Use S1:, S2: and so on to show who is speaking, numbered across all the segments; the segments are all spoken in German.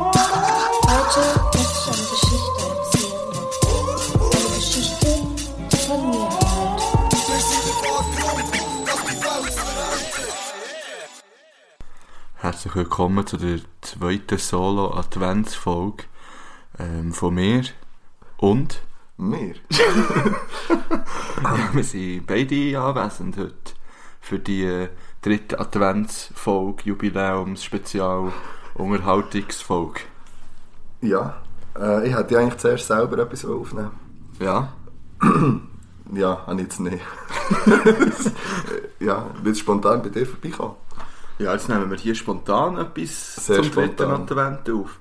S1: Heute möchte ich eine Geschichte erzählen. Eine Geschichte, die von mir handelt.
S2: Herzlich willkommen zu der zweiten Solo-Adventsfolge ähm, von mir und
S3: Mir?
S2: wir sind beide anwesend heute für die äh, dritte Adventsfolge, Jubiläums-Spezial, Unterhaltungsfolge.
S3: Ja. Äh, ich hätte ja eigentlich zuerst selber etwas aufnehmen
S2: Ja,
S3: wollen. Ja, habe ich jetzt nicht. ja, wird spontan bei dir vorbeikommen.
S2: Ja, jetzt nehmen wir hier spontan etwas
S3: Sehr
S2: zum
S3: spontan.
S2: dritten Advent auf.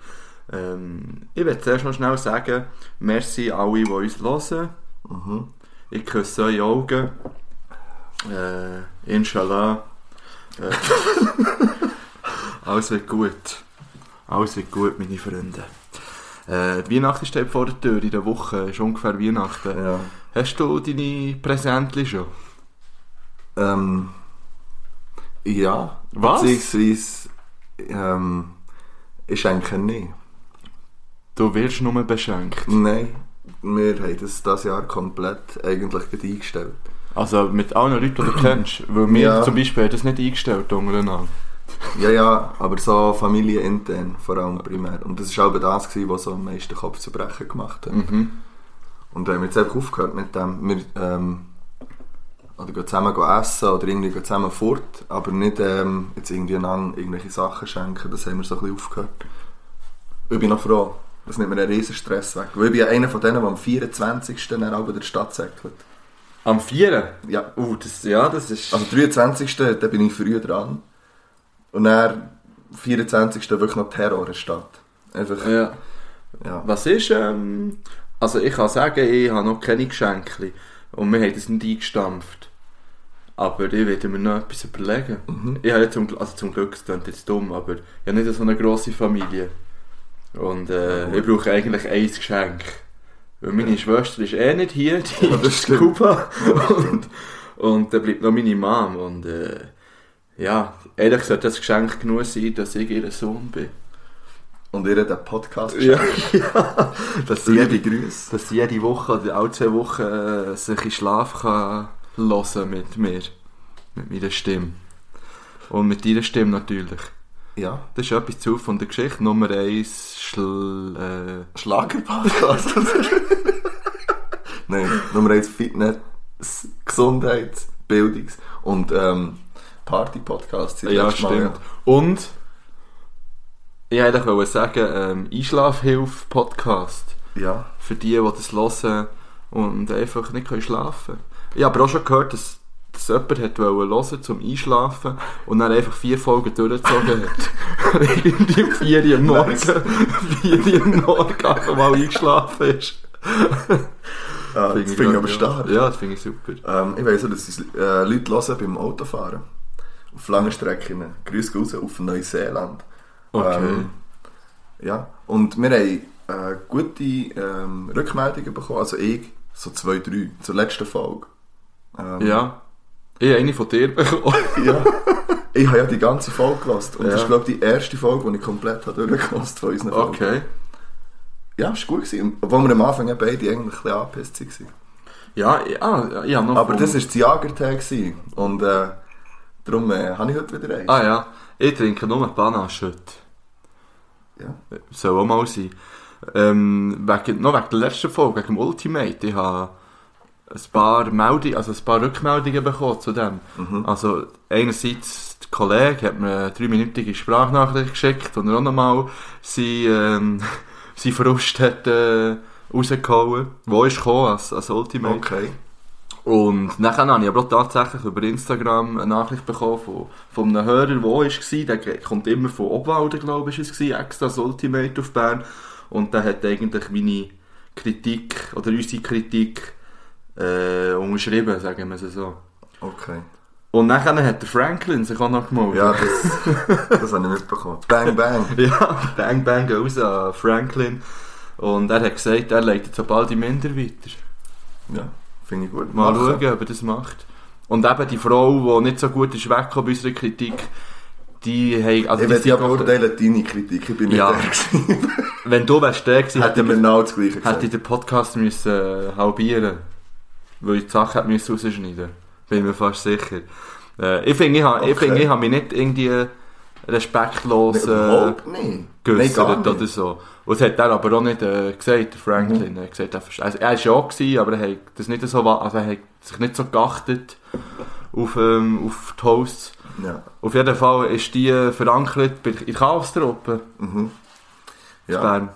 S2: Ähm, ich werde zuerst noch schnell sagen, merci alle, die uns hören.
S3: Mhm.
S2: Ich küsse eure Augen. Äh, Inshallah. Äh, alles wird gut. Alles wird gut, meine Freunde. Äh, die Weihnachten steht vor der Tür, in der Woche ist ungefähr Weihnachten.
S3: Ja.
S2: Hast du deine Präsentli schon?
S3: Ähm, ja.
S2: Was?
S3: Beziehungsweise, ähm, ich schenke nie.
S2: Du wirst nur beschenkt.
S3: Nein, wir haben das dieses Jahr komplett eigentlich gerade eingestellt.
S2: Also mit allen Leuten, die du kennst. Weil wir
S3: Ja.
S2: zum Beispiel haben das nicht eingestellt untereinander.
S3: Ja, ja, aber so familienintern, vor allem primär. Und das war auch das, gewesen, was so am meisten Kopfzerbrechen gemacht hat. Und wir haben jetzt einfach aufgehört mit dem, wir ähm, oder gehen zusammen gehen essen oder irgendwie gehen zusammen fort, aber nicht ähm, jetzt irgendwie einander irgendwelche Sachen schenken, das haben wir so ein bisschen aufgehört. Ich bin noch froh, das nimmt mir einen riesen Stress weg, weil ich bin ja einer von denen, der am 24. dann auch der Stadt säckelt.
S2: Am 4.
S3: Ja,
S2: Uh, das, ja, das ist.
S3: am 23. Also da bin ich früh dran und dann 24. wirklich noch Terror in der Stadt. Einfach, ja.
S2: ja. Was ist, ähm, also ich kann sagen, ich habe noch keine Geschenke. Und wir haben das nicht eingestampft. Aber ich werde mir noch etwas überlegen.
S3: Mhm.
S2: Ich habe ja zum, Gl- also zum Glück, es klingt jetzt dumm, aber ich habe nicht so eine grosse Familie. Und äh, ich brauche eigentlich ein Geschenk. Weil meine Schwester ist eh nicht hier, die
S3: Ja, das
S2: ist in
S3: stimmt.
S2: Kuba. Und, und dann bleibt noch meine Mom. Und äh, ja, ehrlich sollte das Geschenk genug sein, dass ich ihr Sohn bin.
S3: Und ihr habt einen Podcast
S2: Ja,
S3: geschenkt.
S2: ja. Dass
S3: Liebe
S2: jede,
S3: Grüße.
S2: dass jede Woche oder alle zwei Wochen äh, sich in Schlaf kann hören mit mir. Mit meiner Stimme. Und mit deiner Stimme natürlich.
S3: Ja.
S2: Das ist etwas zu von der Geschichte. Nummer 1 schl äh,
S3: Schlagerpodcast. Nein, Nummer 1 Fitness, Gesundheits, Bildungs- und ähm, Party-Podcast. sind
S2: Ja,
S3: letztes Mal,
S2: stimmt. Und ich wollte eigentlich sagen, ähm, Einschlafhilfe-Podcast.
S3: Ja. ja.
S2: für die, die das hören und einfach nicht können schlafen können. Ich habe aber auch schon gehört, dass, dass jemand hat wollen hören zum Einschlafen und dann einfach vier Folgen durchgezogen hat. Irgendwie um vier Uhr am Morgen,
S3: Nice.
S2: vier Uhr am Morgen einfach mal eingeschlafen ist.
S3: Ah, das finde ich aber stark.
S2: Ja, das finde ich super.
S3: Ähm, ich weiss auch, dass es äh, Leute hören beim Autofahren. Auf langen Strecken. Grüße gehen raus auf Neuseeland. Ähm,
S2: Okay.
S3: ja. Und wir haben äh, gute ähm, Rückmeldungen bekommen. Also ich, so zwei, drei, zur letzten Folge. Ähm,
S2: Ja. Ich habe eine von dir bekommen.
S3: Ja. Ich habe ja die ganze Folge gelassen. Und das
S2: Ja.
S3: ist, glaube ich, die erste Folge, die ich komplett habe durchgelassen von unseren Folgen.
S2: Okay.
S3: Ja, ist gut gewesen. Obwohl wir am Anfang ja beide eigentlich ein bisschen angepisst waren.
S2: Ja, ja, ja, noch
S3: Aber
S2: von-
S3: das war das Jagertag. gewesen. Und äh, darum äh, habe ich heute wieder eins.
S2: Ah ja, ich trinke nur Bananenschütte.
S3: Ja.
S2: Soll auch mal sein. Ähm, wegen, noch wegen der letzten Folge, wegen dem Ultimate. Ich habe ein paar, Meldungen, also ein paar Rückmeldungen bekommen zu dem.
S3: Mhm.
S2: Also einerseits der Kollege hat mir eine dreiminütige Sprachnachricht geschickt und er auch nochmal seinen ähm, sein Frust hat äh, rausgehauen. Wo ist gekommen als, als Ultimate?
S3: Okay.
S2: Und nachher habe ich aber auch tatsächlich über Instagram eine Nachricht bekommen von, von einem Hörer, der war. Der ge- kommt immer von Obwalden, glaube ich, ist es gewesen, extra das Ultimate auf Bern. Und der hat eigentlich meine Kritik oder unsere Kritik äh, unterschrieben, sagen wir es so.
S3: Okay.
S2: Und nachher hat der Franklin sich auch noch gemeldet.
S3: Ja, das, das habe ich mitbekommen. Bang, bang.
S2: ja, bang bang geht raus an Franklin. Und er hat gesagt, er leitet sobald im Minder weiter.
S3: Ja, finde ich gut.
S2: Mal
S3: Machen.
S2: schauen, ob er das macht. Und eben die Frau, die nicht so gut ist weggekommen bei unserer Kritik, die haben... Also
S3: Ich
S2: die
S3: will ja
S2: sind doch-
S3: beurteilen, deine Kritik, ich bin nicht
S2: Ja.
S3: der gewesen.
S2: wenn du wärst der gewesen, hätte
S3: Hätten wir genau das Gleiche
S2: hätte ich
S3: gesagt.
S2: den Podcast müssen äh, halbieren Weil ich die Sache hätte müssen rausschneiden Bin ich mir fast sicher. Äh, ich finde, ich habe ich
S3: Okay.
S2: finde, ich habe mich nicht irgendwie respektlos
S3: Nein,
S2: äh,
S3: überhaupt nicht. Nein, gar
S2: geäussert
S3: nicht.
S2: oder so. Und das hat er aber auch nicht äh, gesagt, der Franklin. Er hat gesagt, er, verste- also, er ist ja auch gewesen, aber er hat, das nicht so, wa- also er hat sich nicht so geachtet auf, ähm, auf die Hosts.
S3: Ja.
S2: Auf jeden Fall ist die äh, verankert bei- in der Chaos-Truppe.
S3: Mhm.
S2: ja.
S3: Ja.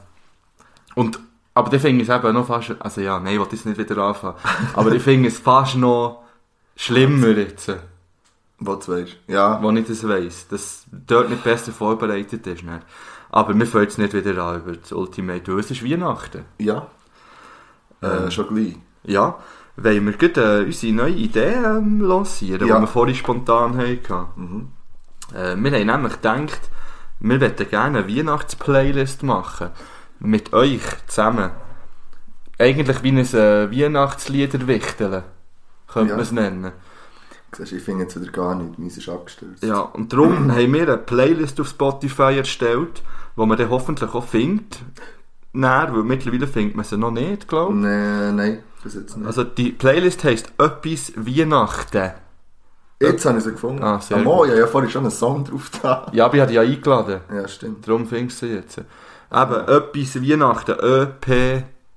S2: Und, aber dann finde ich es eben noch fast, also ja, nein, ich will das nicht wieder anfangen. Aber ich finde es fast noch schlimmer jetzt,
S3: Was du weißt. Ja.
S2: wo ich das weiss, dass dort nicht besser vorbereitet ist. Nicht? Aber wir fangen jetzt nicht wieder an über das Ultimate, weil es ist Weihnachten.
S3: Ja.
S2: Ähm.
S3: Äh, schon gleich.
S2: Ja, wollen wir gerade äh, unsere neue Idee ähm, lancieren,
S3: Ja.
S2: die wir vorhin spontan hatten.
S3: Mhm.
S2: Äh, wir haben nämlich gedacht, wir möchten gerne eine Weihnachtsplaylist machen. Mit euch zusammen. Eigentlich wie ein äh, Weihnachtsliederwichteln. Könnte
S3: Ja.
S2: man es nennen.
S3: Siehst du, Ich finde jetzt wieder gar nicht, meins ist abgestürzt.
S2: Ja, und darum haben wir eine Playlist auf Spotify erstellt, wo man dann hoffentlich auch findet. Nein, weil mittlerweile findet man sie noch nicht, glaube
S3: Nein, äh, nein, bis jetzt
S2: ich.
S3: nicht.
S2: Also die Playlist heisst «Öppis Weihnachten».
S3: jetzt habe ich sie gefunden.
S2: Ah, sehr
S3: Am Morgen, ich habe vorhin schon einen Song drauf da.
S2: Ja, aber ich habe die ja eingeladen.
S3: Ja, stimmt.
S2: Darum findest du sie jetzt. Eben, etwas Weihnachten.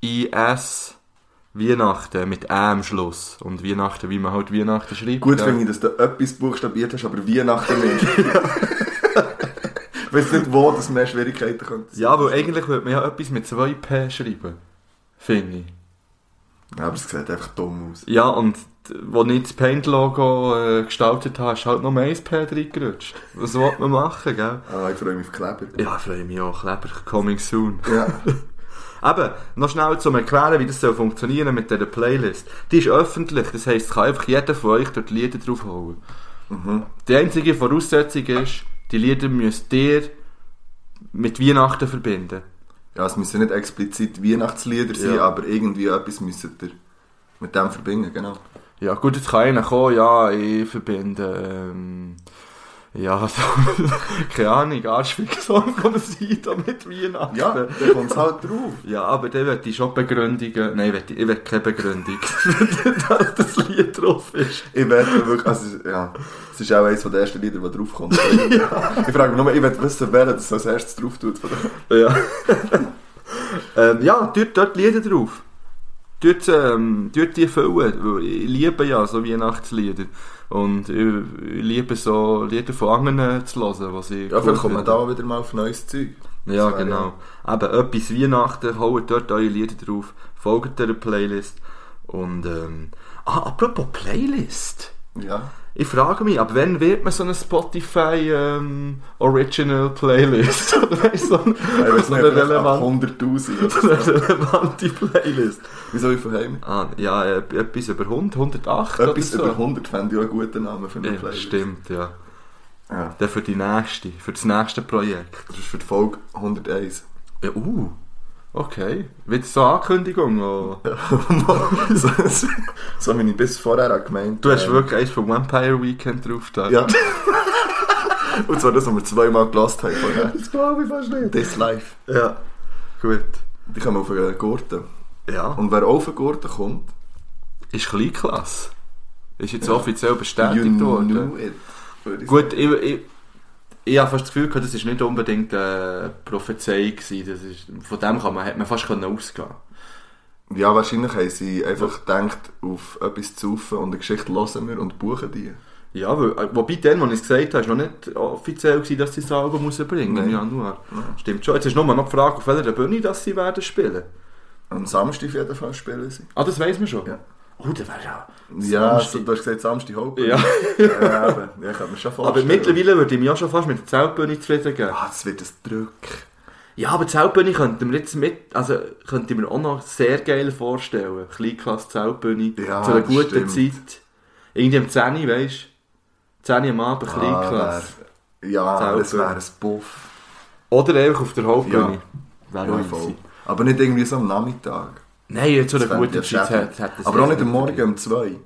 S2: Ö-P-I-S. Weihnachten mit Ä am Schluss. Und Weihnachten, wie man halt Weihnachten schreibt.
S3: Gut
S2: ja.
S3: finde ich, dass du etwas buchstabiert hast, aber Weihnachten nicht. Weißt du nicht, wo das mehr Schwierigkeiten kommt?
S2: Ja, weil eigentlich würde man ja etwas mit zwei P schreiben. Finde ich.
S3: aber es sieht einfach dumm aus.
S2: Ja, und wo ich das Paint-Logo äh, gestaltet habe, ist halt noch mehr ein P reingerutscht. Was will man machen, gell?
S3: Ah, ich freue mich auf Kleber.
S2: Ja, freue mich auch. Kleber, coming soon.
S3: Ja.
S2: Eben, noch schnell zum Erklären, wie das soll funktionieren mit dieser Playlist. Die ist öffentlich, das heisst, es kann einfach jeder von euch dort Lieder draufholen. Die einzige Voraussetzung ist, die Lieder müsst ihr mit Weihnachten verbinden.
S3: ja, es müssen nicht explizit Weihnachtslieder sein,
S2: Ja.
S3: aber irgendwie etwas müssen ihr mit dem verbinden, genau.
S2: Ja gut, jetzt kann einer kommen, ja, ich verbinde, ähm, ja, so, keine Ahnung, Arschfick-Song kann es sein, da mit Weihnachten.
S3: Ja, da kommt es halt drauf.
S2: Ja, aber dann möchte ich schon Begründungen, nein, möchte ich ich möchte keine Begründung, dass das Lied drauf ist.
S3: Ich werde wirklich, also, ja, es ist auch eines der ersten Lieder, die draufkommt. Ich frage mich nur, ich will wissen, wer das als erstes drauf tut. Von der-
S2: Ja. ähm, ja, dort, dort Lieder drauf. Dort, ähm, dort die füllen. Weil Ich liebe ja so Weihnachtslieder. Und ich, ich liebe so Lieder von anderen zu hören, was ich
S3: Ja,
S2: cool
S3: vielleicht kommt man
S2: finde.
S3: da wieder mal auf neues Zeug.
S2: Ja,
S3: Das wäre
S2: genau. Eben, etwas Weihnachten, holt dort eure Lieder drauf, folgt der Playlist. Und, ähm, ah, apropos Playlist.
S3: Ja.
S2: Ich frage mich, ab wann wird man so eine Spotify ähm, Original Playlist? Oder weißt du, so eine,
S3: Ich weiß
S2: so
S3: nicht,
S2: eine
S3: vielleicht ab
S2: relevante
S3: 100'000 oder
S2: so
S3: so.
S2: eine relevante Playlist.
S3: Wieso ich von Heim?
S2: Ah, ja, äh, etwas über 100, 108 oder
S3: Etwas
S2: so.
S3: über 100 fände ich auch einen guten Namen für eine
S2: ja,
S3: Playlist.
S2: Stimmt, ja.
S3: Ja.
S2: Dann für die nächste, für das nächste Projekt.
S3: Das ist für die Folge 101.
S2: Ja, uh, okay. Wird so eine Ankündigung? Oh.
S3: so, so- so wie ich bis vorher auch gemeint
S2: Du hast
S3: ähm,
S2: wirklich eins vom Vampire Weekend drauf da.
S3: Ja. Und zwar das, was wir zweimal gelassen haben vorher.
S2: Das glaube ich fast nicht.
S3: This Life.
S2: Ja, gut.
S3: Die kommen auf eine Gurte.
S2: Ja.
S3: Und wer auf eine Gurte kommt,
S2: ist Kleinklasse. Ist jetzt offiziell
S3: you
S2: bestätigt worden.
S3: knew it. würde ich
S2: Gut, ich, ich, ich habe fast das Gefühl gehabt, das war nicht unbedingt eine Prophezeiung. gewesen. Das ist, von dem kann man, hat man fast können ausgehen
S3: Ja, wahrscheinlich haben sie einfach gedacht, auf etwas zu saufen und eine Geschichte hören wir und buchen die.
S2: Ja, weil, äh, wobei dann, als ich es gesagt habe, war noch nicht offiziell, gewesen, dass sie das Album rausbringen
S3: Nein.
S2: im Januar. Stimmt schon. Jetzt ist nur noch die Frage, auf welcher Bühne das sie werden spielen.
S3: Am Samstag auf jeden Fall spielen sie.
S2: Ah, das weiss man schon?
S3: Ja.
S2: Oh, das wäre ja... also,
S3: Ja,
S2: Samstag.
S3: so, du hast gesagt Samstag Haupt.
S2: Ja.
S3: ja, eben. ja, ich kann mir schon vorstellen.
S2: Aber mittlerweile würde ich mich auch schon fast mit der Zeltbühne zufrieden geben.
S3: Ah, das wird ein Druck.
S2: Ja, aber die Zeltbühne könnten wir jetzt mit, also könnten wir auch noch sehr geil vorstellen. Kleinklasse Zeltbühne,
S3: Ja,
S2: zu einer
S3: das
S2: guten
S3: stimmt.
S2: Zeit. Irgendwie am 10 Uhr, weisst du? 10 Uhr am Abend,
S3: Ah,
S2: Kleinklasse.
S3: wär, ja, das
S2: Zeltbühne.
S3: wäre ein Buff.
S2: Oder einfach auf der Hauptbühne.
S3: Ja,
S2: Wäre
S3: voll.
S2: easy.
S3: Aber nicht irgendwie so am Nachmittag.
S2: Nein, zu einer
S3: Das wär
S2: guten
S3: ja
S2: Zeit
S3: schäbig.
S2: hat, hat das
S3: Aber auch
S2: jetzt
S3: nicht am Morgen um 2.
S2: Nein,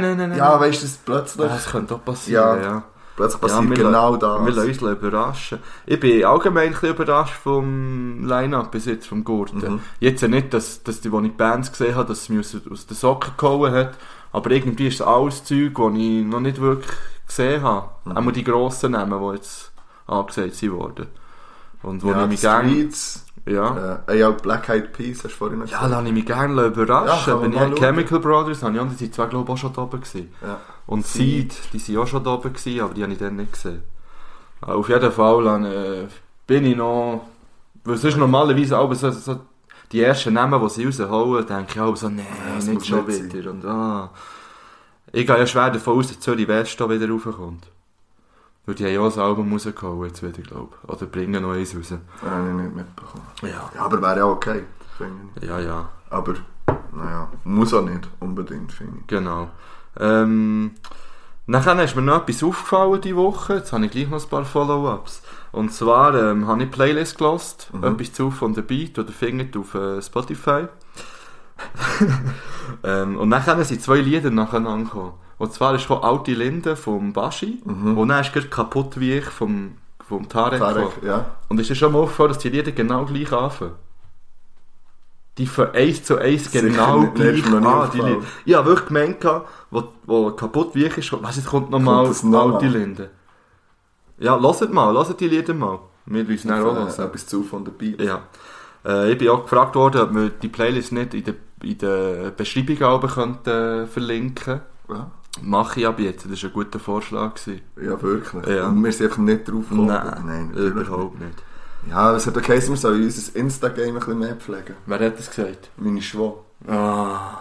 S2: nein, nein, nein.
S3: Ja, weißt du, das plötzlich,
S2: Ah, das könnte auch passieren,
S3: Ja.
S2: ja.
S3: plötzlich
S2: Ja,
S3: passiert
S2: wir
S3: genau
S2: lassen-
S3: das.
S2: Wir lassen uns überraschen. Ich bin allgemein ein bisschen überrascht vom Line-Up bis jetzt, vom Gurten.
S3: Mhm.
S2: Jetzt ja nicht, dass, dass die, die ich die Bands gesehen habe, dass sie mich aus, aus den Socken gehauen hat, aber irgendwie ist es alles Zeug, das ich noch nicht wirklich gesehen habe.
S3: Mhm.
S2: Auch die grossen Namen, die jetzt angesagt sind worden. Und wo
S3: ja,
S2: ich mich
S3: die
S2: gerne...
S3: Streets,
S2: Ja.
S3: äh, ja, Black Eyed Peas, hast du vorhin noch
S2: Ja, lasse ich mich gerne überraschen.
S3: Ja, kann man
S2: Wenn ich
S3: mal
S2: an Chemical Brothers habe, ich die sind zwei, glaube ich, auch schon da oben gewesen.
S3: Ja.
S2: Und Seed, die sind auch schon da oben gewesen, aber die habe ich dann nicht gesehen. Aber auf jeden Fall dann, äh, bin ich noch... Weil sonst normalerweise aber so, so die ersten Namen, die sie rausholen, denke ich auch so, nein,
S3: das
S2: nicht
S3: muss
S2: schon
S3: nicht sein.
S2: wieder. Und, ah. Ich gehe ja schwer davon aus, dass Zürich West da wieder raufkommt. Weil die haben ja auch ein Album rausgehauen jetzt wieder, glaube ich. Oder bringen noch eins raus.
S3: Ja, habe ich nicht mitbekommen.
S2: Ja.
S3: Ja, aber wäre ja okay, finde ich.
S2: Ja, ja.
S3: Aber, naja, muss auch nicht unbedingt, finde
S2: Genau. Ähm, nachher ist mir noch etwas aufgefallen diese Woche. Jetzt habe ich gleich noch ein paar Follow-ups. Und zwar ähm, habe ich Playlist gelost,
S3: Mhm.
S2: etwas zu von der Beat oder Fingert auf äh, Spotify. ähm, und nachher sind zwei Lieder nacheinander gekommen. Und zwar ist von Alte Linde vom Baschi
S3: Mhm.
S2: und dann ist gerade kaputt wie ich vom, vom
S3: ich.
S2: Tarek. gekommen.
S3: Tarek, ja.
S2: Und ist dir schon mal aufgefallen, dass die Lieder genau gleich anfangen? Die von 1 zu 1
S3: Sicher
S2: genau
S3: nicht, das ist
S2: gleich
S3: mir noch nie
S2: an. Die
S3: aufgefallen.
S2: Lieder. Ich habe wirklich gemeint, gehabt, wo, wo kaputt wie ich ist, was jetzt kommt nochmal
S3: Kommt das noch
S2: alte
S3: mal?
S2: Linde. Ja, hört mal, hört die Lieder mal. Wir müssen dann auch
S3: Äh,
S2: hören.
S3: etwas zu von der Bibel.
S2: Ja. Äh, ich bin auch gefragt worden, ob wir die Playlist nicht in der, in der Beschreibung auch könnten, äh, verlinken
S3: Ja,
S2: Mache ich ab jetzt, das war ein guter Vorschlag. Gewesen.
S3: ja wirklich.
S2: Ja.
S3: Und wir sind einfach nicht drauf gekommen. natürlich
S2: überhaupt nicht.
S3: nicht. Ja, es hat auch geheißen, wir sollen unser Insta-Game ein bisschen mehr pflegen.
S2: Wer hat das gesagt?
S3: Meine Schwau.
S2: Ah.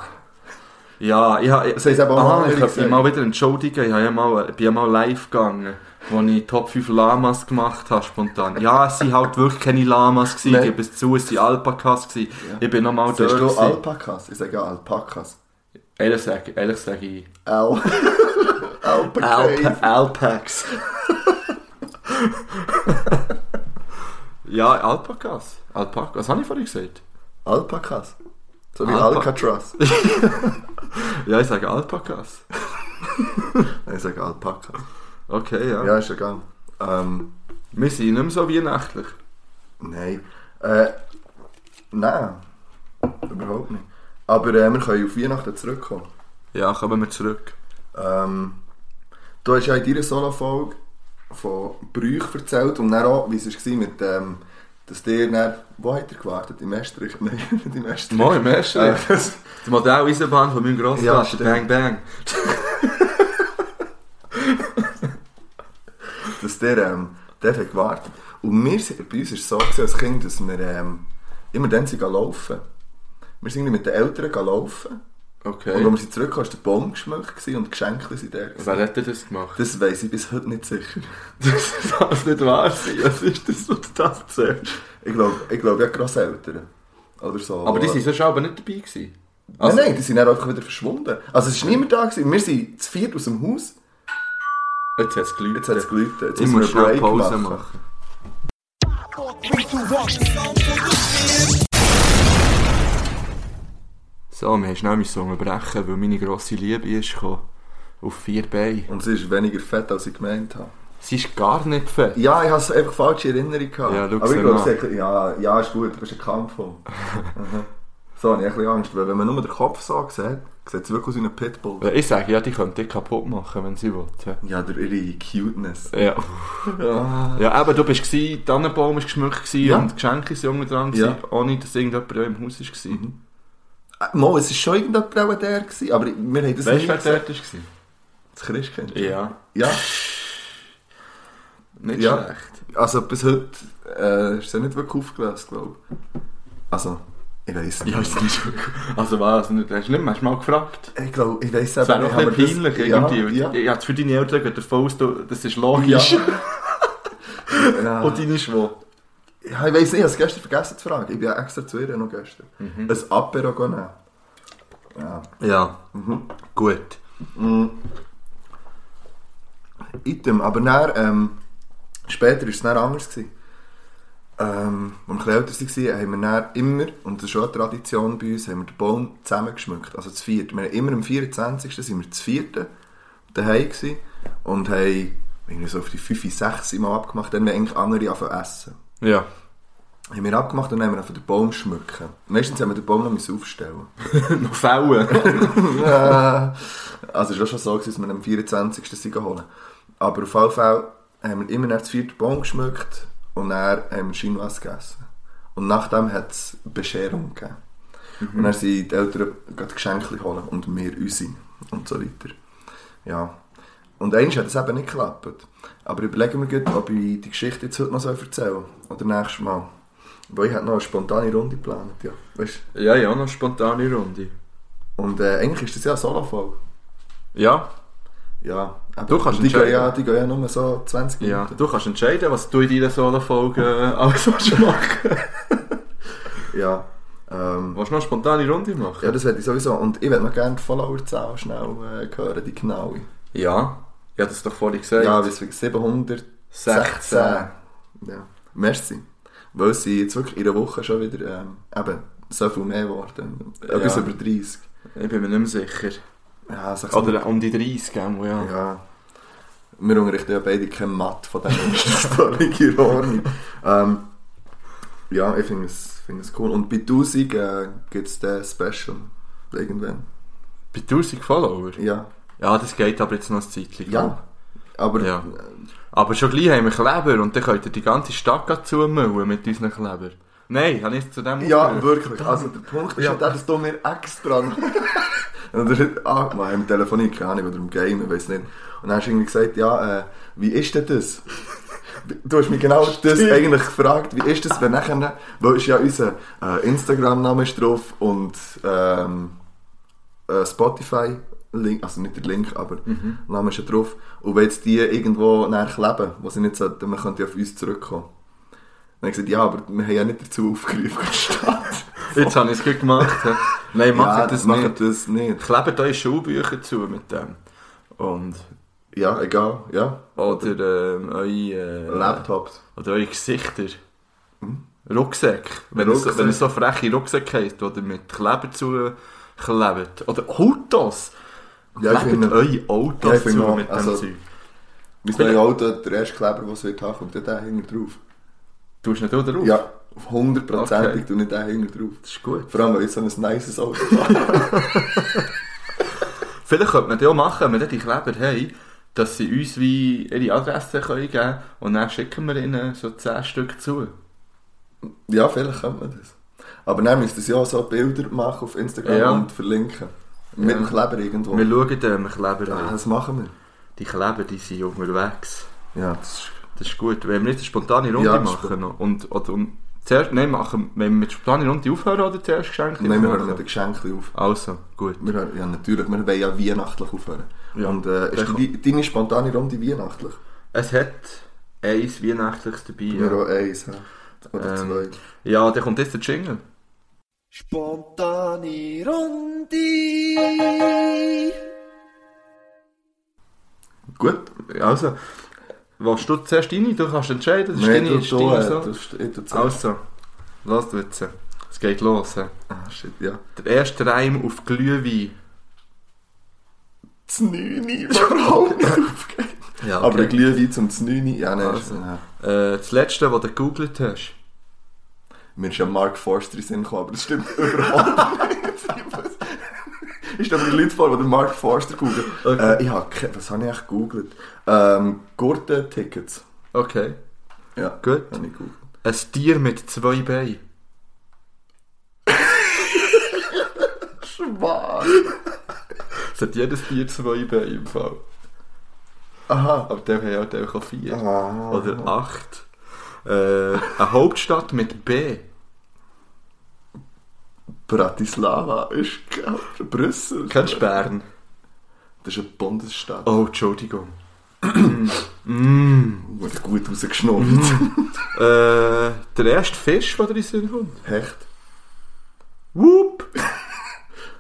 S2: Ja, ich habe...
S3: Das haben sie aber auch
S2: Ah,
S3: andere
S2: ich habe mich
S3: gesagt.
S2: mal wieder entschuldigen. Ich, habe ja mal, ich bin ja mal live gegangen, wo ich Top 5 Lamas gemacht habe, spontan. Ja, es waren halt wirklich keine Lamas, gewesen,
S3: Nein.
S2: ich gebe es zu, es waren Alpakas. Gewesen.
S3: Ja.
S2: Ich bin nochmal dort.
S3: Sagst du
S2: gewesen.
S3: Alpakas? Ich sage ja Alpakas.
S2: ehrlich sage ehrlich sage ich...
S3: Al. Alpakas.
S2: Alp Alpax. ja, Alpakas. Alpakas. Was habe ich vorhin gesagt?
S3: Alpakas. So wie
S2: Alpa-
S3: Alcatraz.
S2: Ja, ich sage Alpakas.
S3: Nein, ich sage Alpakas.
S2: Okay, ja.
S3: Ja, ist egal. Ähm,
S2: Wir sind nicht mehr so weihnachtlich.
S3: nein. Äh, nein. Überhaupt nicht. Aber äh, wir können auf Weihnachten zurückkommen.
S2: Ja, kommen wir zurück.
S3: Ähm, du hast ja in deiner Solo-Folge von Brüchen erzählt und dann auch, wie es war mit ähm, dass dir dann, wo hat er gewartet? Im Estrich? Nein, nicht im Estrich.
S2: Moin, Messi.
S3: Äh,
S2: Das
S3: das-
S2: Modell Eisenbahn von meinem
S3: Ja,
S2: Grossvater.
S3: stimmt.
S2: bang, bang.
S3: dass der, ähm, der hat gewartet. Und wir, sind- bei uns war es so gewesen, als Kind, dass wir ähm, immer dann sind gegangen laufen. Wir sind irgendwie mit den Eltern gegangen laufen
S2: Okay.
S3: und als wir sie zurückkamen, war der Baum geschmückt gewesen und die Geschenke sind da. gewesen.
S2: Wer hat denn das gemacht?
S3: Das weiss ich bis heute nicht sicher.
S2: Das darf nicht wahr sein. Was ist das, was du da erzählst?
S3: Ich glaube, ich glaub, ja, Grosseltern. Oder so.
S2: Aber die waren sonst aber nicht dabei. Gewesen.
S3: Also, nein, nein, die sind dann einfach wieder verschwunden. Also es war niemand da. Gewesen. Wir sind zu viert aus dem Haus.
S2: Jetzt hat es geläutet.
S3: Jetzt hat es geläutet. Jetzt
S2: Ich
S3: müssen wir
S2: muss
S3: einen
S2: schnell
S3: Break
S2: Pause machen. So, wir haben schnell meinen Song brechen, weil meine grosse Liebe ist gekommen. Auf vier Beine.
S3: Und sie ist weniger fett, als ich gemeint habe.
S2: Sie ist gar nicht fett.
S3: Ja, ich habe es einfach falsche Erinnerung gehabt.
S2: Ja, schau
S3: Aber
S2: sie
S3: ich glaube,
S2: an.
S3: sie hat- ja, ja, ist gut, du bist ein Kampfhund. Mhm. so, habe ich ein bisschen Angst, weil wenn man nur den Kopf so sieht, sieht es wirklich aus wie ein Pitbull.
S2: Ich sage, ja, die könnte dich kaputt machen, wenn sie will.
S3: Ja, durch ihre Cuteness.
S2: Ja.
S3: Ja.
S2: Ja, eben, du bist gsi, der Tannenbaum war geschmückt gsi
S3: Ja.
S2: und die Geschenke waren unten dran, gsi,
S3: Ja.
S2: ohne dass irgendjemand ja im Haus war. Mhm.
S3: Äh, Mo, es war schon irgendjemand auch der, gewesen, aber wir haben das
S2: Weißt du, wer
S3: gesehen.
S2: dort war?
S3: Das Christkind.
S2: Ja.
S3: ja.
S2: Nicht
S3: Ja.
S2: schlecht.
S3: Also bis heute äh, ist er nicht wirklich aufgelöst, glaube ich. Also, ich weiß nicht.
S2: ist nicht schon Also was, nicht- hast du nicht manchmal gefragt?
S3: Ich glaube, ich weiß
S2: Das wäre doch ein bisschen peinlich irgendwie.
S3: Ja,
S2: Ja. Ich hab's für deine Eltern gehört, der Faust, du- das ist
S3: ja.
S2: logisch.
S3: ja.
S2: Und deine Schwo.
S3: ja, ich weiß nicht, ich habe es gestern vergessen zu fragen. Ich bin ja extra zu ihr noch gestern.
S2: Mhm.
S3: Ein Apero gehen nehmen. Ja.
S2: Ja. mhm. Gut.
S3: Item, aber dann, ähm, später war es dann anders. Gewesen. ähm, als wir ein bisschen älter waren, haben wir dann immer, und das ist schon eine Tradition bei uns, haben wir den Baum zusammengeschmückt. Also zu viert. Wir haben immer am 24. sind wir zu vierten daheim gewesen und haben irgendwie so auf die 5, 6 mal abgemacht, dann haben wir eigentlich andere anfangen zu essen.
S2: Ja.
S3: Haben wir abgemacht und dann haben wir einfach den Baum schmücken. Meistens haben wir den Baum noch müssen aufstellen.
S2: Noch Fälle.
S3: Ja. also es war schon so, gewesen, dass wir am 24. sind geholt. Aber auf jeden Fall haben wir immer nach das vierte Bon geschmückt und dann haben wir Chinois gegessen. Und nachdem hat es Bescherung gegeben. Und dann sind die Eltern gerade Geschenke holen und wir unsere und so weiter. Ja. Und eigentlich hat es eben nicht geklappt. Aber überlegen wir gut, ob ich die Geschichte jetzt heute noch so erzählen soll. Oder nächstes Mal. Weil ich hätte noch eine spontane Runde geplant. Ja. Weißt?
S2: ja, ja, noch spontane Runde.
S3: Und äh, eigentlich ist das ja eine Solo-Folge.
S2: Ja,
S3: Ja, aber
S2: Du kannst
S3: die gehen
S2: entscheiden.
S3: ja, die gehen ja nur so 20
S2: ja.
S3: Minuten.
S2: Du kannst entscheiden, was du in deiner Solo-Folge äh, alles willst machen
S3: Ja, ähm,
S2: Willst du noch eine spontane Runde machen?
S3: ja das werde ich sowieso. Und ich würde noch gerne die Followerzahl schnell äh, hören, die genaue.
S2: Ja. Ich habe das doch vorhin gesagt.
S3: Ja, bis 716.
S2: 16.
S3: Ja, merci. Weil sie jetzt wirklich in einer Woche schon wieder ähm, eben so viel mehr geworden. Etwas
S2: Ja.
S3: über 30.
S2: Ich bin mir nicht mehr sicher.
S3: Ja, sag's
S2: Oder um die 30, gell, ja.
S3: Ja. Wir unterrichten ja beide kein Matt, von dem her ist das völlig in Ordnung. ähm, ja, ich finde es, finde es cool. Und bei 1000 äh, gibt es den Special. Irgendwann.
S2: Bei 1000 Follower?
S3: Ja.
S2: Ja, das geht aber jetzt noch ein Zeitchen.
S3: Ja. Aber äh,
S2: Ja. Aber schon gleich haben wir Kleber und dann könnt ihr die ganze Stadt gerade zumüllen mit unseren Kleber. Nein, habe ich jetzt zu dem
S3: ja,
S2: aufgehört?
S3: wirklich. Also der Punkt ist ja. der, dass du mir extra... Oder nicht angemacht, im Telefonieren, keine Ahnung, oder im Game, ich weiß nicht. Und dann hast du irgendwie gesagt, ja, äh, wie ist denn das? Du hast mich genau das eigentlich gefragt, wie ist das, wenn nachher, weil ist ja unser äh, Instagram-Name ist drauf und ähm, äh, Spotify-Link, also nicht der Link, aber
S2: Mhm.
S3: der Name ist ja drauf. Und wenn jetzt die irgendwo nachher kleben, was sie nicht sollten, man könnte ja auf uns zurückkommen. Dann habe ich gesagt, ja, aber wir haben ja nicht dazu aufgerufen, gestanden.
S2: Jetzt habe ich es gut gemacht. hä? Nein, macht
S3: ja,
S2: das
S3: macht
S2: nicht.
S3: das nicht.
S2: Klebt eure Schulbücher zu mit dem. Und,
S3: Ja, egal, ja.
S2: oder ähm, eure,
S3: Laptops.
S2: äh, oder eure Gesichter. Rucksäcke. Wenn, Es,
S3: Rucksäcke.
S2: wenn es so freche Rucksäcke heisst, oder mit Kleber zu klebt. Oder Autos.
S3: Ja, ich
S2: klebt
S3: finde-
S2: eure Autos
S3: Ja, ich
S2: zu
S3: finde auch,
S2: mit dem
S3: also-
S2: Zeug.
S3: Mein neues Auto, der erste Kleber, den es wird haben, kommt ja der hinten drauf.
S2: Tust nicht auch drauf?
S3: Ja, auf hundertprozentig
S2: Okay.
S3: tue ich den hinten drauf.
S2: Das ist gut.
S3: Vor allem, weil ich so ein nices Auto habe.
S2: Vielleicht könnte man das auch machen, wenn wir dann die Kleber haben, dass sie uns wie ihre Adresse können geben können und dann schicken wir ihnen so 10 Stück zu.
S3: ja, vielleicht könnte man das. Aber dann müsste es ja auch so Bilder machen auf Instagram
S2: Ja.
S3: und verlinken. Mit
S2: Ja.
S3: dem Kleber irgendwo.
S2: Wir schauen dem Kleber
S3: ja,
S2: an.
S3: das machen
S2: Die Kleber die sind unterwegs.
S3: wir. Ja, das ist...
S2: Das ist gut. Wenn wir jetzt eine spontane Runde
S3: Ja, das ist
S2: machen noch. und, oder, und zuerst, nein, machen, wenn wir mit spontaner Runde aufhören oder zuerst Geschenke
S3: Nein, wir
S2: aufmachen?
S3: hören mit den Geschenken auf.
S2: Also, gut.
S3: Wir hören, ja, natürlich, wir wollen ja weihnachtlich aufhören.
S2: Ja.
S3: Und äh, ist die, deine spontane Runde weihnachtlich?
S2: Es hat eins Weihnachtliches dabei.
S3: Nur
S2: Ja.
S3: auch eins, hä? Oder
S2: Ähm,
S3: zwei.
S2: ja, dann kommt jetzt der Jingle.
S4: Spontani Rundi.
S3: Gut.
S2: Also, willst du zuerst deine? Du kannst entscheiden. Das ist
S3: Nein,
S2: deine-
S3: du,
S2: ist
S3: du,
S2: deine
S3: äh,
S2: so.
S3: du, ich tu zuerst.
S2: Also, los jetzt. Es geht los. hä?
S3: Ah, shit, ja.
S2: Der erste Reim auf Glühwein.
S3: Das Neune überhaupt nicht aufgeht.
S2: Ja,
S3: Aber der Glühwein zum Znüni, ja, nein.
S2: Also.
S3: ist- nein.
S2: äh, das letzte, was du gegoogelt hast.
S3: Mir ist ja Mark Forster in den Sinn gekommen, aber das stimmt überhaupt nicht. Ist aber die Leute vor, die den Mark Forster googeln.
S2: Okay.
S3: Äh, ich hab, ke- was habe ich echt gegoogelt? Ähm, Gurten-Tickets.
S2: Okay.
S3: Ja,
S2: Gut.
S3: Habe ich gegoogelt.
S2: Ein Tier mit zwei Beinen. Es hat jedes Tier zwei Beine im Fall.
S3: Aha.
S2: Aber dem haben halt auch vier.
S3: Ah.
S2: Oder acht. Äh, eine Hauptstadt mit B.
S3: Bratislava ist, glaub ich, Brüssel.
S2: Kennst du Bern?
S3: Das ist eine Bundesstadt.
S2: Oh, Entschuldigung.
S3: Wurde gut rausgeschnurrt.
S2: Äh, der erste Fisch, der dir in den Sinn kommt.
S3: Hecht.
S2: Whoop!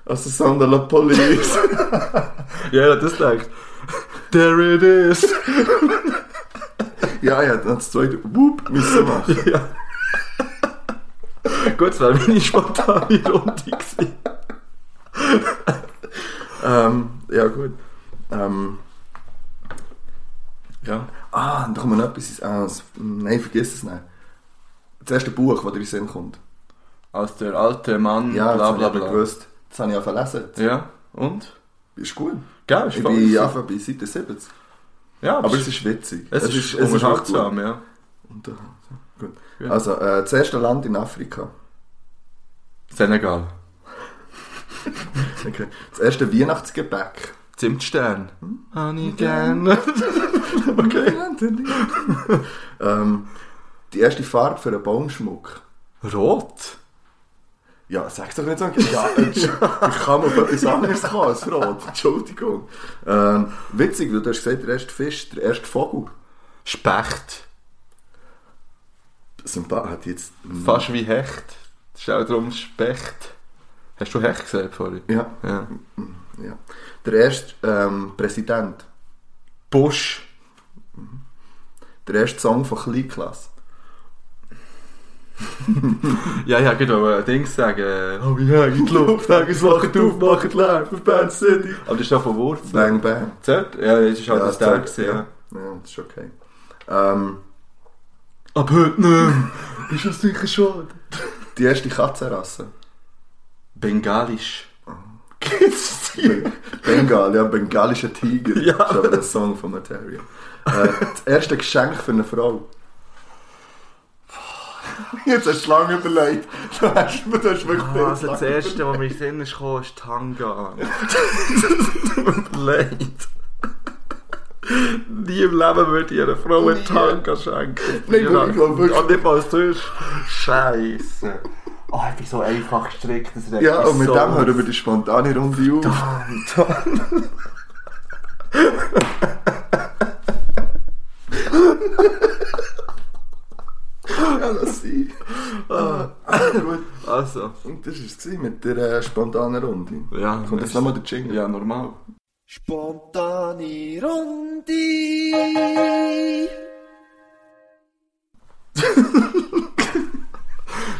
S3: Also Sander La Police.
S2: Ja, das denkt. There it is!
S3: ja, ja, dann hat das zweite Whoop müssen machen.
S2: ja. Gut, das wäre meine spontane Runde gewesen.
S3: Ähm, ja, gut. Ähm,
S2: Ja.
S3: ah, da kommt noch etwas. Ah, das, nein, vergiss es nicht. Das erste Buch, das dir in den Sinn kommt.
S2: Als der alte Mann,
S3: Ja,
S2: Hm,
S3: das
S2: bla bla
S3: habe ich aber
S2: bla.
S3: gewusst. Das habe ich auch gelesen.
S2: Ja, und?
S3: Ist gut.
S2: Gell, ist
S3: Ich
S2: voll-
S3: bin einfach bei Seite 70.
S2: Ja,
S3: Aber es ist witzig.
S2: es ist,
S3: es wirklich
S2: unterhaltsam,
S3: gut.
S2: ja.
S3: Unterhaltsam. Gut.
S2: Ja.
S3: Also, äh, das erste Land in Afrika.
S2: Senegal.
S3: Okay. Das erste Weihnachtsgebäck.
S2: Zimtstern.
S3: Hm?
S2: Honey gern.
S3: Okay. ähm, die erste Farbe für einen Baumschmuck.
S2: Rot.
S3: Ja, sag's doch nicht so. Ja, Entsch- ich kann auf etwas anderes kommen als Rot. Entschuldigung. Ähm, witzig, weil du hast gesagt, der erste Fisch, der erste Vogel.
S2: Specht.
S3: Sympath hat jetzt...
S2: Fast wie Hecht. Das ist auch darum Specht. Hast du Hecht gesagt vorhin?
S3: Ja,
S2: Ja.
S3: ja. Der erste ähm, Präsident.
S2: Busch.
S3: Der erste Song von Kleinklasse.
S2: Ja, ja, genau. Ein Ding sagen. Oh ja, in die Luft. Hagen's wacht auf, macht leer. Für Band City. Aber das ist ja von Wurzeln.
S3: Bang, bang.
S2: Zählt? Ja, das ist halt das Tag
S3: zählt,
S2: gewesen, ja.
S3: ja. ja, das ist okay. Ähm,
S2: Ab heute nicht. ist das sicher schade.
S3: die erste Katzenrasse.
S2: Bengalisch. Gibt's die?
S3: Bengal, ja, bengalischer Tiger.
S2: Ja.
S3: Das ist aber ein Song von Material. Äh, das erste Geschenk für eine Frau. Jetzt hast du lange überlegt. Du hast, du hast wirklich
S2: Also das erste, was mir in den Sinn ist gekommen, ist Tanga. Tut mir leid. Nie im Leben würde ich einer Frau einen
S3: Nie.
S2: Tanga schenken.
S3: Nein, aber ich glaub wirklich-
S2: Ja, nicht mal sonst. Scheiße. Oh, ich bin so einfach gestrickt, das regt
S3: Ja,
S2: mich
S3: und mit
S2: so
S3: dem
S2: auf.
S3: hören wir die spontane Runde auf. Ja, lass sein. Ah, gut.
S2: Also,
S3: Und das war es gewesen mit der äh, spontanen Runde.
S2: ja.
S3: Kommt jetzt
S2: das-
S3: nochmal der Jingle.
S2: Ja, normal.
S4: Spontane Runde.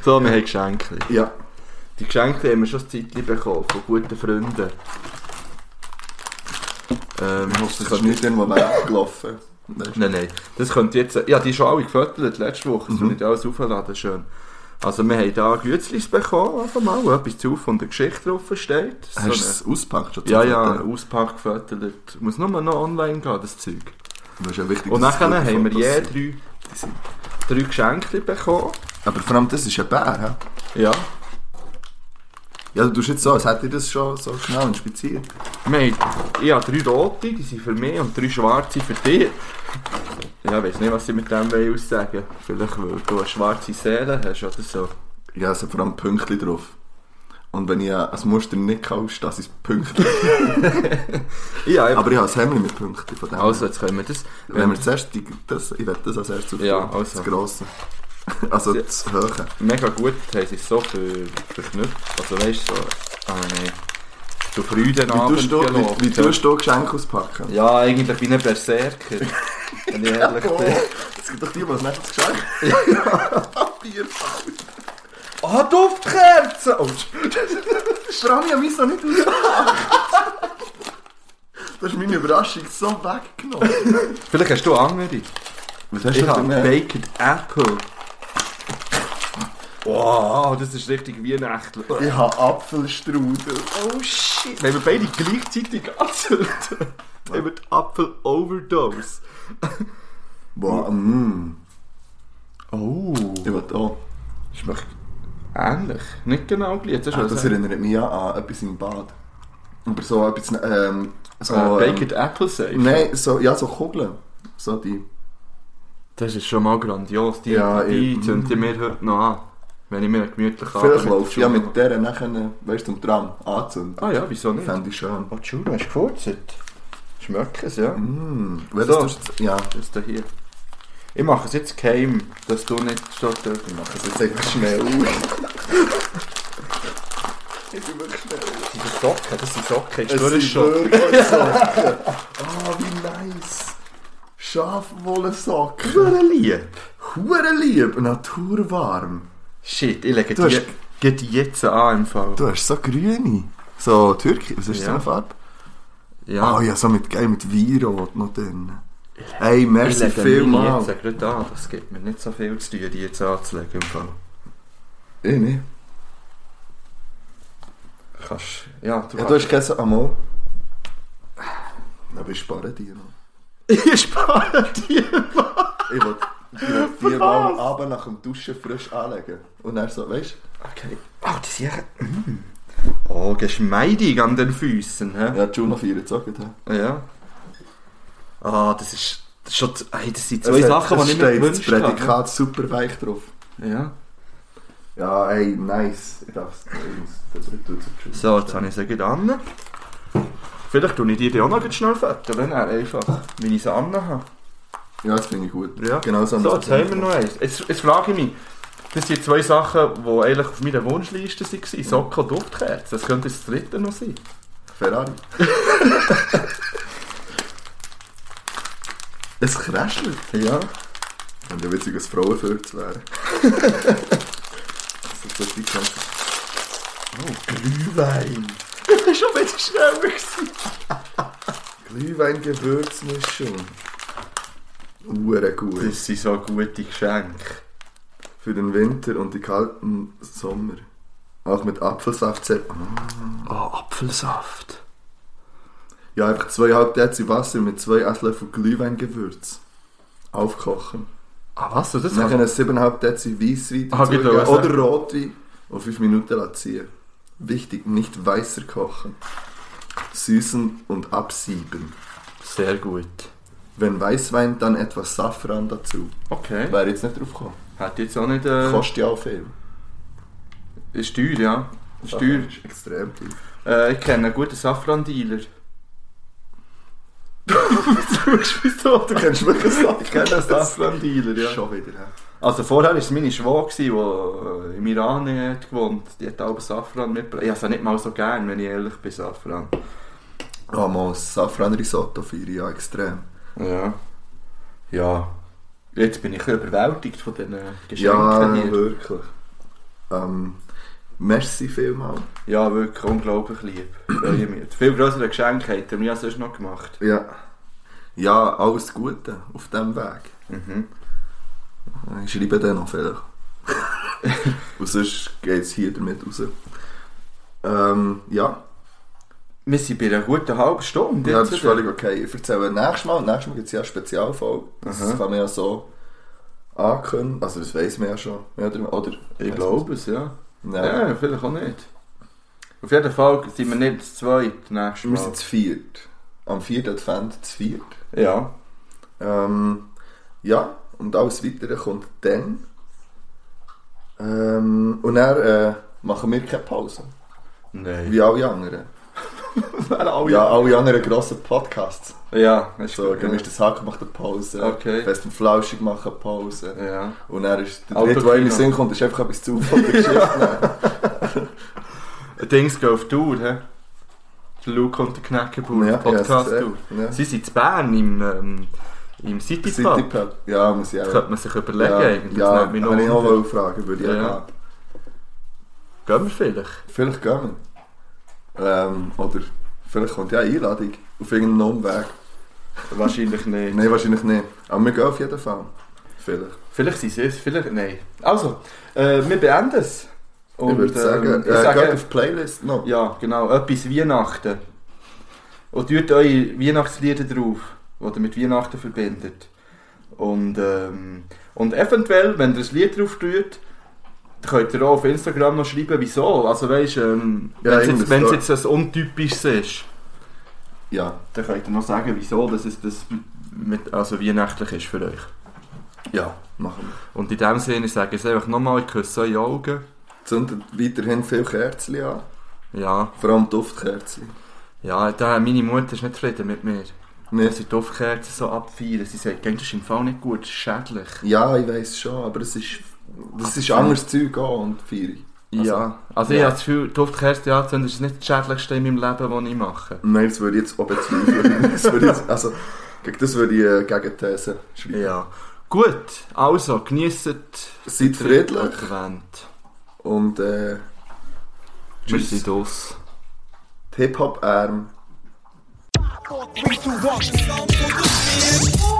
S2: So, wir haben Geschenke.
S3: Ja.
S2: Die Geschenke haben wir schon ein Zeitchen bekommen, von guten Freunden. Ähm,
S3: Ich hoffe, es ist nicht irgendwo weggelaufen.
S2: Nein, nein. Das könnt ihr jetzt. Ja, die ist schon alle gefüttert letzte Woche. Das mhm. nicht alles aufladen, schön. Also, wir haben hier Gützlis bekommen, einfach mal, wo etwas drauf von der Geschichte drauf steht. So eine-
S3: es ausgepackt schon?
S2: ja, ja, auspack gefüttert. Muss nur noch online gehen, das Zeug.
S3: Das ist ja wichtig,
S2: Und
S3: dass es
S2: nachher
S3: gute
S2: haben wir
S3: Fotos
S2: je
S3: sind.
S2: drei, drei Geschenke bekommen.
S3: Aber vor allem, das ist ein Bär, hä?
S2: Ja.
S3: Ja, du tust jetzt so, als hätte ich das schon so schnell inspiziert.
S2: Wir haben, ich habe drei rote, die sind für mich, und drei schwarze für dich. Ja, ich weiß nicht, was ich mit dem will aussagen Vielleicht, weil du eine schwarze Seele hast oder so.
S3: Ja, es hat vor allem Pünktchen drauf. Und wenn ich äh, ein Muster nicht kaufst, das ist Pünktchen.
S2: Ja, einfach-
S3: Aber ich habe ein Hemmli mit Pünktchen von dem.
S2: also, jetzt können wir das.
S3: Wenn wir zuerst die, das, ich werde das als erstes aufnehmen.
S2: Ja, also.
S3: Das Grosse. Also das Höhe.
S2: mega gut haben sie es so für, verknüpft. Also weißt du, so, ah nein, zu
S3: Wie
S2: Freudenabend
S3: tust du,
S2: gelobt,
S3: wie, wie
S2: ja.
S3: tust du Geschenke auspacken?
S2: Ja, eigentlich wie ein Berserker. Wenn ich ehrlich
S3: Oh,
S2: bin.
S3: es gibt doch die, die das nicht geschenkt Papier.
S2: Ah, Duftkerzen! Oh,
S3: Schrami an mich so nicht ausgemacht. Du hast meine Überraschung so weggenommen.
S2: vielleicht hast du andere.
S3: Was
S2: Ich habe Baked Apple. Wow, das ist richtig weihnachtlich.
S3: Ich habe Apfelstrudel.
S2: Oh shit. Wenn wir beide gleichzeitig anzünden, dann haben wir die Apfel-Overdose.
S3: Boah, mm.
S2: Oh.
S3: Ich will auch.
S2: Ich möchte ähnlich. Nicht genau gleich. Das,
S3: Ah, Das erinnert mich an etwas im Bad. Aber so etwas, ähm, so...
S2: äh,
S3: ähm,
S2: Baked Apple Safe.
S3: Nein, so, ja, so Kugeln. So die...
S2: Das ist schon mal grandios. Die,
S3: Ja,
S2: die Nou, ah,
S3: ich-
S2: zünde ich mir heute noch an. Wenn ich mir gemütlich
S3: Vielleicht läufst du ja mit der nachher, weißt du, zum Tram anzünden.
S2: Ah ja, wieso nicht?
S3: Fände ich schön.
S2: Oh, Entschuldigung, hast du gefurzt? Schmeckt es, ja?
S3: Mm. Wenn
S2: So.
S3: das tust, ja,
S2: Das ist da hier. Ich mache es jetzt geheim, dass du nicht schon dort machst.
S3: das ist einfach schnell. ich bin wirklich schnell.
S2: Das sind Socken, das sind Socken. Ist
S3: Es
S2: durch
S3: sind
S2: schon.
S3: wirklich Socken. Ah, wie nice. Schafwollsocken.
S2: Hurenlieb.
S3: Hure lieb, naturwarm.
S2: Shit, ich lege
S3: Du
S2: die,
S3: hast-
S2: geht die jetzt an im Fall.
S3: Du hast so grüne. So Türkei, was ist
S2: Ja.
S3: so eine Farbe?
S2: Ja,
S3: Ah ja, so mit, geil, mit Weinrot noch drin. Ey,
S2: ich
S3: merci
S2: lege meine
S3: vielmals.
S2: jetzt gerade an. Das gibt mir nicht so viel zu tun, die jetzt anzulegen im Fall.
S3: Ich nicht.
S2: Kannst, ja, du
S3: Ja,
S2: kannst...
S3: du hast kein Amol. Aber ich spare dir noch.
S2: ich spare die.
S3: Ich will die vier Mal am Abend nach dem Duschen frisch anlegen. Und er so, weißt
S2: Okay. Oh, die sind echt... Mm. Oh, geschmeidig an den Füßen, hä?
S3: du? Ja, Juno 4 gezogen. hä?
S2: Ja. Ah, das ist das ist schon. zu- Hey, das sind
S3: Es
S2: zwei
S3: hat-
S2: Sachen,
S3: es
S2: die ich mir
S3: steht
S2: gewünscht
S3: Das
S2: habe.
S3: Prädikat super weich drauf.
S2: Ja.
S3: Ja, ey, nice. Ich darf es nicht.
S2: So, jetzt habe ich sie gut an. Vielleicht tue ich dir die auch noch gleich schnell fetten, wenn er einfach meine Samen habe.
S3: Ja, das finde ich gut.
S2: Ja.
S3: Genau so
S2: So, jetzt haben wir noch eins. Jetzt, jetzt frage ich mich, das sind zwei Sachen, die eigentlich auf meiner Wunschliste waren. Socken und Duftkerze. Das könnte das dritte noch sein.
S3: Ferrari. es kräschelt.
S2: Ja.
S3: Und ein witziges Frauenfürz wäre. das ist das die ganze
S2: Glühwein. Das war schon wieder schneller. gewesen.
S3: Glühwein-Gewürzmischung. Uhren gut.
S2: Das sind so gute Geschenke.
S3: Für den Winter und die kalten Sommer. Auch mit Apfelsaft.
S2: Oh, Apfelsaft.
S3: Ja, einfach zweieinhalb Dezi Wasser mit zwei Esslöffel Glühweingewürz. Aufkochen.
S2: Ah, was? Das
S3: Dann
S2: kann
S3: können 7,5 Dezi Weisswein
S2: Ah,
S3: dazugeben
S2: genau,
S3: oder
S2: ja.
S3: Rotwein und 5 Minuten lassen ziehen. Wichtig, nicht weißer kochen. Süßen und absieben.
S2: Sehr gut.
S3: Wenn Weißwein, dann etwas Safran dazu.
S2: Okay.
S3: Wäre jetzt nicht drauf gekommen.
S2: Hat jetzt auch nicht. Äh,
S3: Kostet ja auch viel.
S2: ist teuer, ja. Ist teuer.
S3: Safran ist extrem teuer.
S2: Äh, ich kenne einen guten Safran-Dealer. du schaust mich so an.
S3: Du kennst wirklich Safran.
S2: Ich kenne einen Safran-Dealer, ja.
S3: Schon wieder, ja.
S2: Also vorher war es meine Schwag, die äh, im Iran hat gewohnt hat. Die hat auch Safran mitgebracht. Ich habe es nicht mal so gern, wenn ich ehrlich bin, Safran.
S3: Oh, mal Safran-Risotto feiere ich ja extrem.
S2: Ja. Ja. Jetzt bin ich ein bisschen überwältigt von diesen Geschenken
S3: Ja, äh,
S2: hier.
S3: wirklich. Ähm, merci vielmals.
S2: Ja, wirklich unglaublich lieb. Freue mich. Viel größere Geschenke hat er mir ja sonst noch gemacht.
S3: Ja. Ja, alles Gute auf diesem Weg.
S2: Mhm.
S3: Ich schreibe den noch vielleicht. Und sonst geht es hier damit raus. Ähm, ja.
S2: Wir sind bei einer guten halben Stunde.
S3: ja, das ist
S2: oder?
S3: völlig okay. Ich erzähle nächstes Mal. Nächstes Mal gibt es ja eine Spezialfolge. Das
S2: Aha.
S3: kann man ja so ankündigen. Also das weiß man ja schon. Mehr Oder, oder
S2: Ich glaube es, ja.
S3: Nein.
S2: ja. vielleicht auch nicht. Auf jeden Fall sind wir nicht zu zweit nächstes
S3: Wir
S2: Mal.
S3: sind zu viert. Am 4. Advent zu viert.
S2: ja.
S3: Ähm, ja, und alles Weitere kommt dann. Ähm, und dann äh, machen wir keine Pause.
S2: Nein.
S3: Wie alle anderen. ja, alle anderen grossen Podcasts.
S2: Ja, ist
S3: So,
S2: gut.
S3: dann ist das Hack macht eine Pause.
S2: Okay.
S3: Fest und Flauschig machen eine Pause.
S2: Ja.
S3: Und dann ist der
S2: Autokino.
S3: dritte, der in den Sinn kommt, ist einfach etwas zu von der Geschichte.
S2: Dings geht auf Tour, hä? Der Luke und der Knäckebull,
S3: Ja, ja,
S2: Podcast-Tour.
S3: das- ja.
S2: Sie sind zu Bern im, ähm, im City-Pub.
S3: City Pub. Ja, muss ich
S2: Das
S3: auch.
S2: könnte man sich überlegen
S3: Ja,
S2: eigentlich.
S3: ja,
S2: Das nimmt mich noch
S3: wenn ich noch
S2: wunder.
S3: mal fragen würde, ich
S2: Ja.
S3: auch gehen.
S2: Gehen wir vielleicht?
S3: Vielleicht gehen wir. Ähm, oder vielleicht kommt ja eine Einladung auf irgendeinen Umweg.
S2: Wahrscheinlich nicht.
S3: Nein, wahrscheinlich nicht. Aber wir gehen auf jeden Fall. Vielleicht.
S2: Vielleicht sind sie es, vielleicht nein. Also, äh, wir beenden es. ähm,
S3: ich würde sagen,
S2: ich
S3: äh, geht
S2: sage
S3: auf die Playlist noch.
S2: ja, genau, etwas Weihnachten. Und tut eure Weihnachtslieder drauf, die ihr mit Weihnachten verbindet. Und, ähm, und eventuell, wenn ihr ein Lied drauf tut, könnt ihr auch auf Instagram noch schreiben, wieso. Also weißt du, ähm,
S3: Ja,
S2: wenn es
S3: irgendwas
S2: jetzt, wenn's
S3: da-
S2: jetzt ein untypisches ist,
S3: Ja.
S2: dann könnt ihr noch sagen, wieso dass es das mit, also weihnachtlich ist für euch.
S3: Ja, machen wir.
S2: Und in dem Sinne sage ich es einfach nochmal, ich küsse eure Augen.
S3: Zündet weiterhin viel Kerzen an.
S2: Ja,
S3: Vor allem Duftkerzen.
S2: ja, da, meine Mutter ist nicht zufrieden mit mir.
S3: Wir
S2: Wenn sie die Duftkerzen so abfeiern, sie sagt, «Gell, das ist im Fall nicht gut, das ist schädlich.
S3: Ja, ich weiß schon, aber es ist, das ist anderes Zeug an und Feier. Also-
S2: ja, also ich
S3: Ja.
S2: habe das Gefühl, Duftkerzen anzünden ist nicht das Schädlichste in meinem Leben, was ich mache.
S3: Nein, das würde ich jetzt auch bezweifeln. das würde ich jetzt, also, gegen das würde ich äh, Gegenthese schreiben.
S2: Ja. Gut, also, geniesset
S3: Seid friedlich.
S2: Advent.
S3: Und äh,
S2: Wir
S3: tschüss.
S2: sind aus.
S3: Hip-Hop-Arm.
S4: Three, two, one.